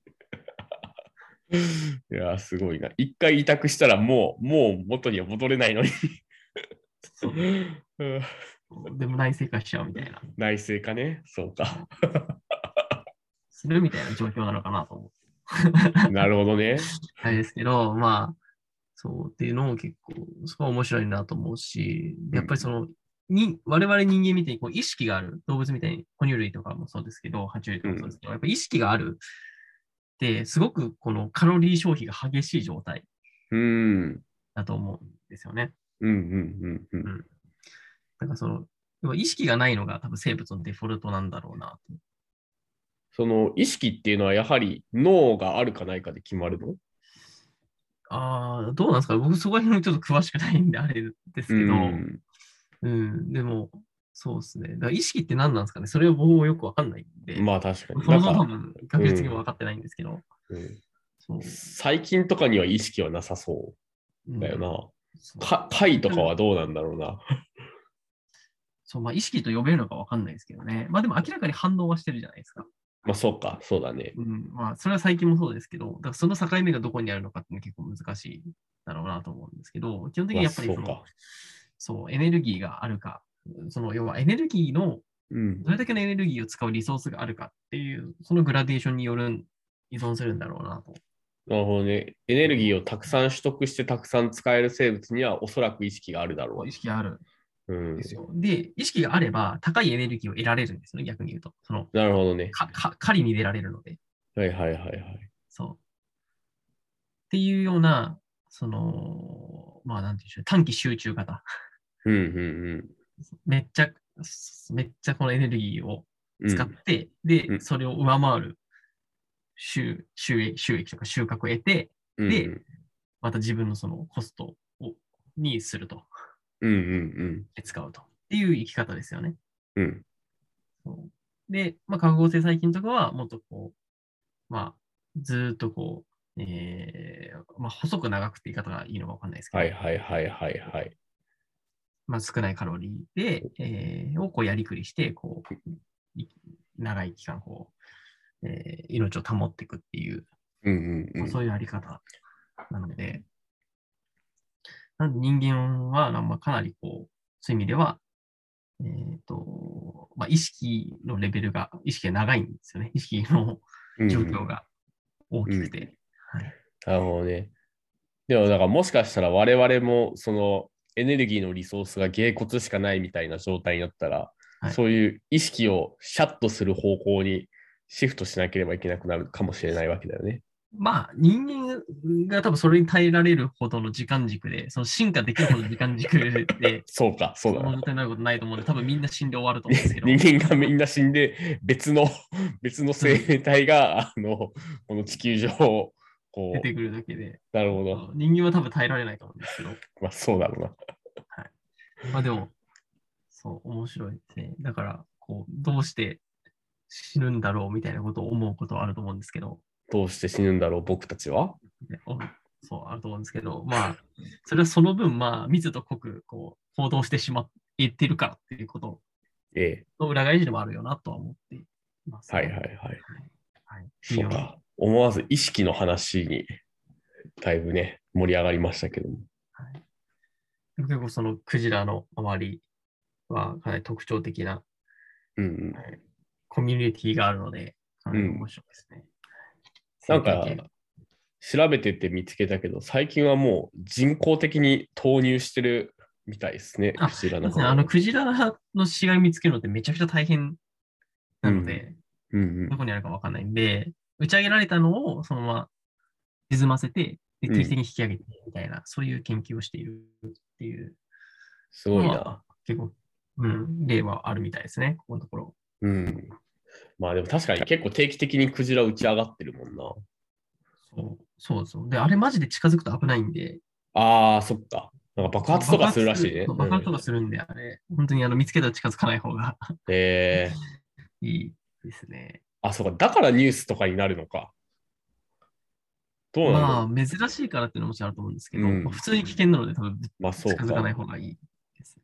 [SPEAKER 1] いやー、すごいな。一回委託したらもう、もう元には戻れない のに。うん
[SPEAKER 2] そうでも内製化しちゃうみたいな。
[SPEAKER 1] 内政かねそうか。
[SPEAKER 2] するみたいな状況なのかなと思う。
[SPEAKER 1] なるほどね。
[SPEAKER 2] あれですけど、まあ、そうっていうのを結構、すごい面白いなと思うし、やっぱりその、に我々人間みたいにこう意識がある、動物みたいに、哺乳類とかもそうですけど、爬虫類とかもそうですけど、やっぱり意識があるって、すごくこのカロリー消費が激しい状態
[SPEAKER 1] うん。
[SPEAKER 2] だと思うんですよね。
[SPEAKER 1] うんうんうんうん。
[SPEAKER 2] だからその、要は意識がないのが多分生物のデフォルトなんだろうなと。
[SPEAKER 1] その意識っていうのはやはり脳があるかないかで決まるの
[SPEAKER 2] ああ、どうなんですか僕そこら辺ちょっと詳しくないんであれですけど、
[SPEAKER 1] うん
[SPEAKER 2] うん、でも、そうですね。だから意識って何なんですかねそれは僕もよくわかんないんで。
[SPEAKER 1] まあ確か に。
[SPEAKER 2] そ
[SPEAKER 1] な
[SPEAKER 2] も
[SPEAKER 1] んか、
[SPEAKER 2] そも多分学術的にも分かってないんですけど。
[SPEAKER 1] うん
[SPEAKER 2] そう
[SPEAKER 1] 最近とかには意識はなさそううんだよ
[SPEAKER 2] そう
[SPEAKER 1] な。か貝とかはどうなんだろう な。
[SPEAKER 2] そう、まあ意識と呼べるのか分かんないですけどね。まあでも明らかに反応はしてるじゃないですか。
[SPEAKER 1] まあそうか、そうだね。
[SPEAKER 2] うん、まあそれは最近もそうですけど、だからその境目がどこにあるのかっていうのは結構難しいだろうなと思うんですけど、基本的にやっぱり
[SPEAKER 1] ま
[SPEAKER 2] そ
[SPEAKER 1] あ
[SPEAKER 2] の、
[SPEAKER 1] そうか
[SPEAKER 2] そう、エネルギーがあるか、その要はエネルギーの、
[SPEAKER 1] うん
[SPEAKER 2] ど。れだけのエネルギーを使うリソースがあるかっていう、そのグラデーションによる、依存するんだろうなと。
[SPEAKER 1] なるほどね。エネルギーをたくさん取得してたくさん使える生物にはおそらく意識があるだろ
[SPEAKER 2] 意識がある
[SPEAKER 1] う。うん
[SPEAKER 2] で。すよ。で、意識があれば、高いエネルギーを得られるんですよね、逆に言うと。その、
[SPEAKER 1] なるほどね。
[SPEAKER 2] か、か、狩りに出られるので。
[SPEAKER 1] はいはいはいはい。
[SPEAKER 2] そう。っていうような、その、まあ、なんていうんでしょう、短期集中型。
[SPEAKER 1] うんうんうん。
[SPEAKER 2] めっちゃ、めっちゃこのエネルギーを
[SPEAKER 1] うん
[SPEAKER 2] 使って、で、
[SPEAKER 1] うん
[SPEAKER 2] それを上回る収収益収益とか収穫を得て、
[SPEAKER 1] うん
[SPEAKER 2] でまた自分のそのコストをにすると、
[SPEAKER 1] うんうん
[SPEAKER 2] 使うとっていう生き方ですよね。
[SPEAKER 1] うんうん
[SPEAKER 2] そうで、まあ、覚悟性細菌とかは、もっとこう、まあ、ずーっとこう、えーまあ、細く長くって言い方がいいのかわかんないですけど、
[SPEAKER 1] はいはいはいはいはい
[SPEAKER 2] まあ、少ないカロリーで、えーをこうやりくりして、こう、い長い期間、こう、えー命を保っていくっていう、
[SPEAKER 1] うんうん
[SPEAKER 2] ま
[SPEAKER 1] う
[SPEAKER 2] あ
[SPEAKER 1] ん
[SPEAKER 2] そういうあり方なので、なんで人間は、まあ、かなりこう、そういう意味では、えっ、と、まあ、意識のレベルが、意識が長いんですよね。意識の
[SPEAKER 1] うん
[SPEAKER 2] 状況が大きくて。はい、
[SPEAKER 1] なるほどね。でも、だからもしかしたら我々もそのエネルギーのリソースが芸骨しかないみたいな状態になったら、
[SPEAKER 2] はい
[SPEAKER 1] そういう意識をシャッとする方向にシフトしなければいけなくなるかもしれないわけだよね。、
[SPEAKER 2] まあ、人間が多分それに耐えられるほどの時間軸で、その進化できるほどの時間軸で
[SPEAKER 1] そうか、 そうだ
[SPEAKER 2] その
[SPEAKER 1] な
[SPEAKER 2] 状。態になることないと思うんで、多分みんな死んで終わると思うんですけど。
[SPEAKER 1] 人間がみんな死んで別の別の生命体があのこの地球上をこ
[SPEAKER 2] 出て
[SPEAKER 1] う
[SPEAKER 2] くるだけで、
[SPEAKER 1] なるほど
[SPEAKER 2] 人間は多分耐えられないと思うんですけど、
[SPEAKER 1] まあそうだろうな
[SPEAKER 2] まあでも、そう、面白いですね。だから、こう、どうして死ぬんだろうみたいなことを思うことはあると思うんですけど、
[SPEAKER 1] どうして死ぬんだろう僕たちは
[SPEAKER 2] ねおそう、あると思うんですけど、まあ、それはその分、まあ、密度濃く、こう、行動してしまってるからっていうこと
[SPEAKER 1] ええ
[SPEAKER 2] の裏返しでもあるよなとは思っています、
[SPEAKER 1] はいはいはい
[SPEAKER 2] はい。はい。
[SPEAKER 1] そうか。思わず意識の話に、だいぶね、盛り上がりましたけども。
[SPEAKER 2] はいでも結構そのクジラの周りはかなり特徴的な
[SPEAKER 1] うんうん。
[SPEAKER 2] コミュニティがあるので、かなり面白いですね。
[SPEAKER 1] なんか
[SPEAKER 2] 生態系が、
[SPEAKER 1] 調べてて見つけたけど、最近はもう人工的に投入してるみたいですね。
[SPEAKER 2] あ
[SPEAKER 1] クジラ
[SPEAKER 2] そう
[SPEAKER 1] の
[SPEAKER 2] ですねあのクジラの死骸見つけるのってめちゃくちゃ大変なので、
[SPEAKER 1] うんう
[SPEAKER 2] ど
[SPEAKER 1] ん。
[SPEAKER 2] こにあるかわかんないんで、打ち上げられたのをそのまま沈ませて、で
[SPEAKER 1] うん
[SPEAKER 2] 定期的に引き上げてみたいな、そういう研究をしているっていう、
[SPEAKER 1] すごいな
[SPEAKER 2] ま。結構、うん、例はあるみたいですね、ここのところ。
[SPEAKER 1] うん。まあでも確かに結構定期的にクジラ打ち上がってるもんな。
[SPEAKER 2] そうそうそう。で、あれマジで近づくと危ないんで、
[SPEAKER 1] ああ、そっか。なんか爆発とかするらしいね。
[SPEAKER 2] 爆発とかするんで、あれ、本当にあの見つけたら近づかない方が
[SPEAKER 1] うんええ
[SPEAKER 2] いいですね。
[SPEAKER 1] あ、そうか。だからニュースとかになるのか。どうなんだろう。まあ、
[SPEAKER 2] まあ、珍しいからっていうのももちろんあると思うんですけど、
[SPEAKER 1] うん
[SPEAKER 2] まあ普通に危険なので、多分
[SPEAKER 1] そう
[SPEAKER 2] 近
[SPEAKER 1] か。
[SPEAKER 2] づかない方がいいです。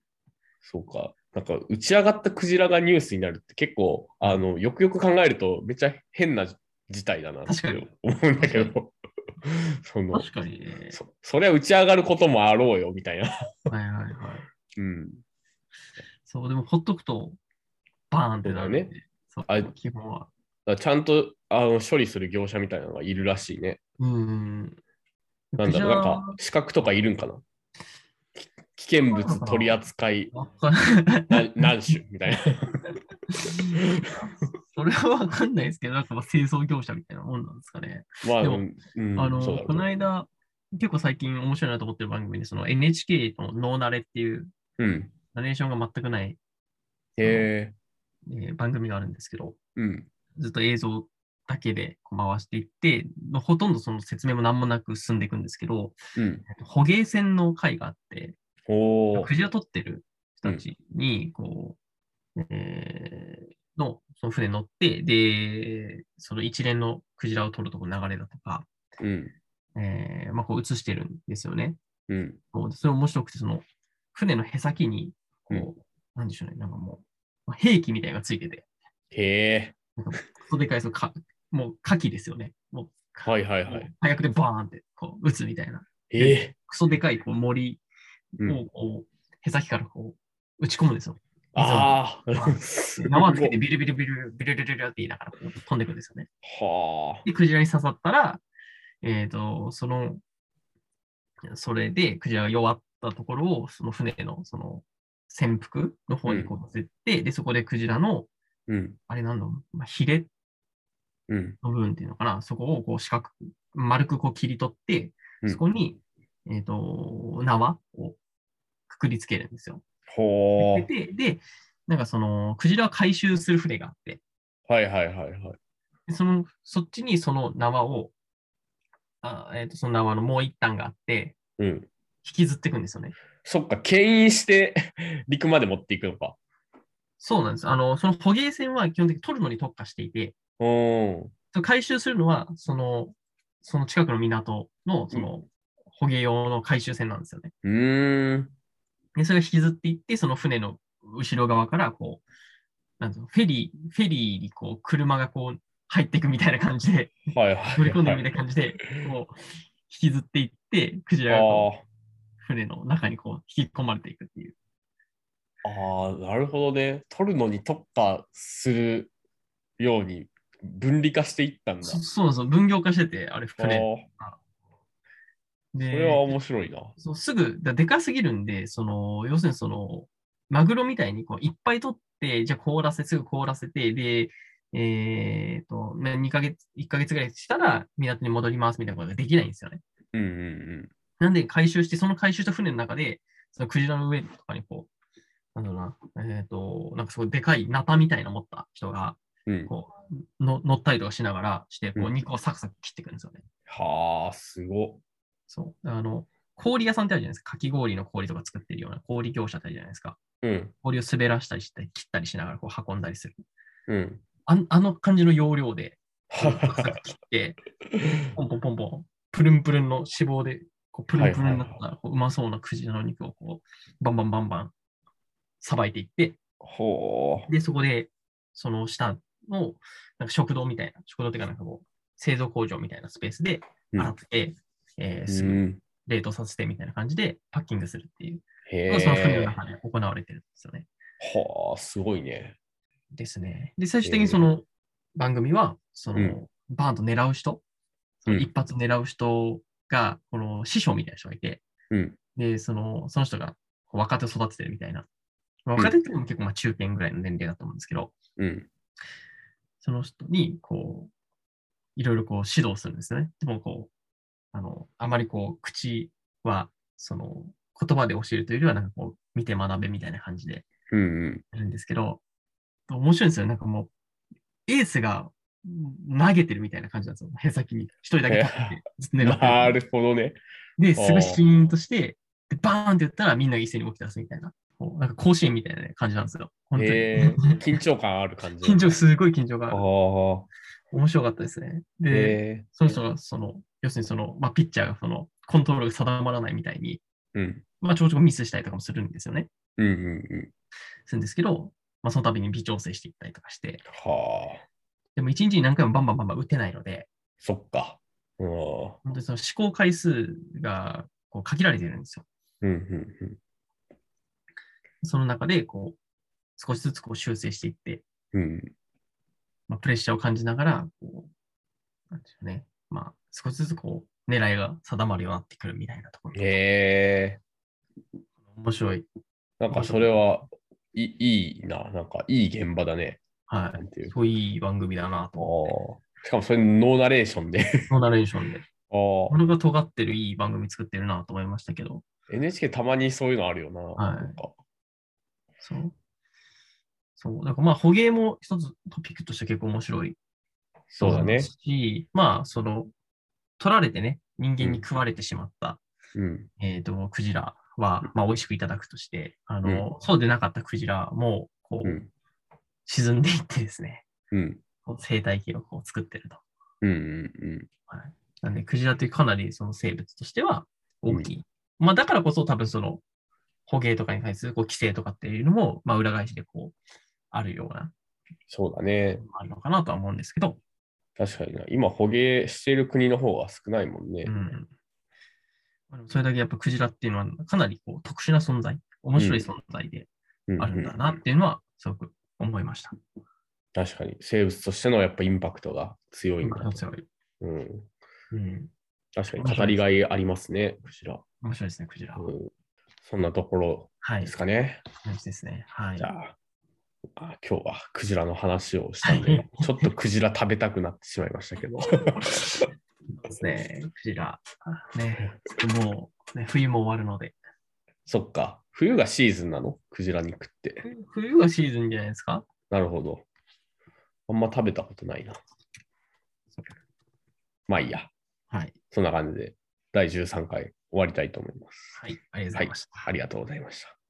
[SPEAKER 1] そうか。なんか打ち上がったクジラがニュースになるって結構あのよくよく考えるとめっちゃ変な事態だなって
[SPEAKER 2] 確かに
[SPEAKER 1] 思うんだけど その
[SPEAKER 2] 確かにね。
[SPEAKER 1] そそれは打ち上がることもあろうよみたいな。
[SPEAKER 2] はいはいはい。
[SPEAKER 1] うん、
[SPEAKER 2] そう、でもほっとくと、バーンってなるんで。そう
[SPEAKER 1] あ
[SPEAKER 2] 基本は。
[SPEAKER 1] だからちゃんとあの処理する業者みたいなのがいるらしいね。
[SPEAKER 2] うん。
[SPEAKER 1] なんだろうなんか
[SPEAKER 2] ク
[SPEAKER 1] 資格とかいるんかなき危険物取り扱 い
[SPEAKER 2] ジラわかんない
[SPEAKER 1] な何種みたいな。
[SPEAKER 2] それはわかんないですけど、なんかまあ清掃業者みたいなもんなんですかね。
[SPEAKER 1] まあ、
[SPEAKER 2] でも
[SPEAKER 1] うん、
[SPEAKER 2] あの、
[SPEAKER 1] そうだろう
[SPEAKER 2] この
[SPEAKER 1] ね
[SPEAKER 2] 間、結構最近面白いなと思ってる番組で、その NHK の脳慣れっていう
[SPEAKER 1] うん。
[SPEAKER 2] ナレーションが全くない、
[SPEAKER 1] へえ。
[SPEAKER 2] えー番組があるんですけど、
[SPEAKER 1] うん。
[SPEAKER 2] ずっと映像だけでこう回していって、のほとんどその説明も何もなく進んでいくんですけど、
[SPEAKER 1] うん。
[SPEAKER 2] 捕鯨船の回があって、
[SPEAKER 1] おお
[SPEAKER 2] ク。ジラ取ってる人たちに、こう、えーの、その船乗って、で、その一連のクジラを取るとこの流れだとか、
[SPEAKER 1] うん。
[SPEAKER 2] えーまあ、こう映してるんですよね。
[SPEAKER 1] うん。
[SPEAKER 2] そうでそれ面白くて、その、船のへさきに、こう、
[SPEAKER 1] うん
[SPEAKER 2] なんでしょうね、なんかもう、まあ兵器みたいなのがついてて、
[SPEAKER 1] へえ。
[SPEAKER 2] クソでかい、そのか、もう、火器ですよね。もう、
[SPEAKER 1] はいはいは
[SPEAKER 2] もう
[SPEAKER 1] い。
[SPEAKER 2] 火薬でバーンって、こう、撃つみたいな。
[SPEAKER 1] え
[SPEAKER 2] クソでかい、こう、森
[SPEAKER 1] ーうん
[SPEAKER 2] を、こう、へさきから、こう、打ち込むんですよ。
[SPEAKER 1] ああ。
[SPEAKER 2] 縄つけて、ビルビルビル、ビルビルビルって言いながら、こう飛んでいくんですよね。
[SPEAKER 1] はあ。
[SPEAKER 2] で、クジラに刺さったら、えっ、と、その、それでクジラが弱ったところを、その船の、その、潜伏の方にこう乗せて、で、そこでクジラの、
[SPEAKER 1] うん。
[SPEAKER 2] あれなんだろう、まあ、ヒレ
[SPEAKER 1] うん。
[SPEAKER 2] の部分っていうのかな、そこをこう四角く、丸くこう切り取って
[SPEAKER 1] う、ん
[SPEAKER 2] そこに、えっ、と、縄をくくりつけるんですよ。
[SPEAKER 1] ほあ
[SPEAKER 2] で、で、なんかその、クジラを回収する船があって、
[SPEAKER 1] はいはいはいはい。
[SPEAKER 2] でその、そっちにその縄を、あえー、とその縄のもう一端があって、
[SPEAKER 1] うん。
[SPEAKER 2] 引きずっていくんですよね。
[SPEAKER 1] そっか、牽引して 陸まで持っていくのか。
[SPEAKER 2] そうなんです。あの、その捕鯨船は基本的に取るのに特化していて、
[SPEAKER 1] うーん。
[SPEAKER 2] その回収するのは、その、その近くの港の、その、捕鯨用の回収船なんですよね。
[SPEAKER 1] うーん。
[SPEAKER 2] で、それが引きずっていって、その船の後ろ側から、こう、なんていうのフェリー、フェリーにこう、車がこう、入っていくみたいな感じで、
[SPEAKER 1] はいはい。
[SPEAKER 2] 乗り込んでいくみたいな感じで、こう、引きずっていって、クジラがこ
[SPEAKER 1] ああ。
[SPEAKER 2] う船の中にこう、引き込まれていくっていう。
[SPEAKER 1] ああ、なるほどね。取るのに特化するように分離化していったんだ。
[SPEAKER 2] そそうそう、分業化してて、あ
[SPEAKER 1] ああ、
[SPEAKER 2] れ、船。
[SPEAKER 1] そ
[SPEAKER 2] で
[SPEAKER 1] れは面白いな。
[SPEAKER 2] そうすぐ、だでかすぎるんで、その、要するにその、マグロみたいにこういっぱい取って、じゃあ凍らせ、すぐ凍らせて、で、えっと、ね2ヶ月、1ヶ月ぐらいしたら港に戻りますみたいなことができないんですよね。
[SPEAKER 1] うんうん
[SPEAKER 2] なんで回収して、その回収した船の中で、そのクジラの上とかにこう、なんだろうな、えっ、と、なんかすごいでかいナタみたいなの持った人が、
[SPEAKER 1] うん。うん、
[SPEAKER 2] こう、の乗ったりとかしながらして、こ
[SPEAKER 1] う
[SPEAKER 2] う、
[SPEAKER 1] ん
[SPEAKER 2] 肉をサクサク切っていくんですよね。
[SPEAKER 1] はあ、すごっ。
[SPEAKER 2] そう。あの、氷屋さんってあるじゃないですか。かき氷の氷とか作ってるような氷業者ってあるじゃないですか。
[SPEAKER 1] うん
[SPEAKER 2] 氷を滑らしたりして、切ったりしながらこう運んだりする。
[SPEAKER 1] うん。
[SPEAKER 2] あんあの感じの容量で、こうサクサク切 って、ポンポンポンポン、プルンプルンの脂肪で、こうプルンプルンになった、こううまそうなクジラの肉をこう、バンバンバンバン、さばいていって、
[SPEAKER 1] ほう。
[SPEAKER 2] で、そこで、その下の、なんか食堂みたいな、食堂っていうか、なんかこう、製造工場みたいなスペースで、
[SPEAKER 1] うん
[SPEAKER 2] 洗って、えーす
[SPEAKER 1] う
[SPEAKER 2] ぐ
[SPEAKER 1] ん、
[SPEAKER 2] 冷凍させてみたいな感じで、パッキングするっていう、
[SPEAKER 1] へ
[SPEAKER 2] その船の
[SPEAKER 1] え。
[SPEAKER 2] 中で行われてるんですよね。
[SPEAKER 1] はあ、すごいね。
[SPEAKER 2] ですね。で、最終的にその番組は、その、
[SPEAKER 1] うん
[SPEAKER 2] バーンと狙う人、その
[SPEAKER 1] うん
[SPEAKER 2] 一発狙う人が、この師匠みたいな人がいて、
[SPEAKER 1] うん。
[SPEAKER 2] で、その、その人がこう若手を育ててるみたいな。まあ若手っていうのも結構まあ中堅ぐらいの年齢だと思うんですけど、
[SPEAKER 1] うん。
[SPEAKER 2] その人に、こう、いろいろこう指導するんですよね。でもこう、あの、あまりこう、口は、その、言葉で教えるというよりは、なんかこう、見て学べみたいな感じで、
[SPEAKER 1] うんうん。
[SPEAKER 2] やるんですけど、面白いんですよ。なんかもう、エースがうん投げてるみたいな感じなんですよ。へさきに。一人だけ立ってて、ずっと狙
[SPEAKER 1] な
[SPEAKER 2] ってる。
[SPEAKER 1] るほどね。
[SPEAKER 2] で、すごいシーンとして、でバーンって言ったらみんなが一斉に起き出すみたいな。こうなんか甲子園みたいなね感じなんですよ。本当に。
[SPEAKER 1] へえ。緊張感ある感じ。
[SPEAKER 2] 緊張、すごい緊張
[SPEAKER 1] あ
[SPEAKER 2] が。
[SPEAKER 1] あ。
[SPEAKER 2] 面白かったですね。で、
[SPEAKER 1] へえ。
[SPEAKER 2] その人が、その、要するにその、まあ、ピッチャーがその、コントロールが定まらないみたいに、
[SPEAKER 1] うん。
[SPEAKER 2] まあ、ちょこちょこミスしたりとかもするんですよね。
[SPEAKER 1] うんうんうん。
[SPEAKER 2] するんですけど、まあ、その度に微調整していったりとかして、
[SPEAKER 1] はあ。
[SPEAKER 2] でも一日に何回もバンバンバンバン打てないので、
[SPEAKER 1] そっか。うん。うん
[SPEAKER 2] 本当にその試行回数がこう限られているんですよ。
[SPEAKER 1] うんうん。
[SPEAKER 2] その中でこう少しずつこう修正していって、
[SPEAKER 1] うん、
[SPEAKER 2] まあ、プレッシャーを感じながらこう、なんでしょうね、まあ、少しずつこう狙いが定まるようになってくるみたいなところ。
[SPEAKER 1] へえ
[SPEAKER 2] 面白い。
[SPEAKER 1] なんかそれはいいいな、なんかいい現場だね。
[SPEAKER 2] は
[SPEAKER 1] なんてい
[SPEAKER 2] い。
[SPEAKER 1] う
[SPEAKER 2] すごいいい番組だな
[SPEAKER 1] あ
[SPEAKER 2] と。
[SPEAKER 1] ーしかもそれノーナレーションで
[SPEAKER 2] ノーナレーションで。
[SPEAKER 1] あー
[SPEAKER 2] これが尖ってるいい番組作ってるなと思いましたけど。
[SPEAKER 1] NHK たまにそういうのあるよな。
[SPEAKER 2] はい
[SPEAKER 1] なんか
[SPEAKER 2] そう。そう。だからまあ、捕鯨も一つトピックとして結構面白い
[SPEAKER 1] そうだね。
[SPEAKER 2] し、まあ、その、取られてね、人間に食われてしまった、
[SPEAKER 1] うん。
[SPEAKER 2] えっ、と、クジラは、まあ、美味しくいただくとして、あの、そうでなかったクジラも、こ
[SPEAKER 1] う
[SPEAKER 2] う、
[SPEAKER 1] ん。
[SPEAKER 2] 沈んでいってですね、
[SPEAKER 1] うん。
[SPEAKER 2] こう生態系をこう作ってると。
[SPEAKER 1] うん。うん
[SPEAKER 2] なんで、クジラというかなりその生物としては大き
[SPEAKER 1] う
[SPEAKER 2] い。まあ、だからこそ多分その、捕鯨とかに対するこう規制とかっていうのも、まあ、裏返しでこう、あるような、
[SPEAKER 1] そうだね。
[SPEAKER 2] あるのかなとは思うんですけど、
[SPEAKER 1] 確かにな。今、捕鯨している国の方が少ないもんね。
[SPEAKER 2] うんまあでもそれだけやっぱクジラっていうのはかなりこう特殊な存在、面白い存在で
[SPEAKER 1] うん
[SPEAKER 2] あるんだ
[SPEAKER 1] う
[SPEAKER 2] なんっていうのはすごく思いました。
[SPEAKER 1] 確かに。生物としてのやっぱインパクトが強いんだ、
[SPEAKER 2] 面白い。
[SPEAKER 1] うん。
[SPEAKER 2] うん。
[SPEAKER 1] 確かに語りがいありますね、こちら。
[SPEAKER 2] 面白いですね、クジラ。
[SPEAKER 1] うんそんなところ
[SPEAKER 2] はい。
[SPEAKER 1] で
[SPEAKER 2] そ
[SPEAKER 1] すかね。
[SPEAKER 2] ういう感じですね。はい
[SPEAKER 1] じゃ。あ、あ今日はクジラの話をしたん
[SPEAKER 2] は
[SPEAKER 1] で
[SPEAKER 2] い、
[SPEAKER 1] ちょっとクジラ食べたくなってしまいましたけど。
[SPEAKER 2] そうですね。クジラ。ね。もう、ね、冬も終わるので、
[SPEAKER 1] そっか。冬がシーズンなのクジラ肉って。
[SPEAKER 2] ふ冬がシーズンじゃないですか
[SPEAKER 1] なるほど。あんま食べたことないな。まあいいや。
[SPEAKER 2] はい。
[SPEAKER 1] そんな感じで、第13回終わりたいと思います。
[SPEAKER 2] はい。ありがとうござ
[SPEAKER 1] はいい
[SPEAKER 2] ました。。
[SPEAKER 1] ありがとうございました。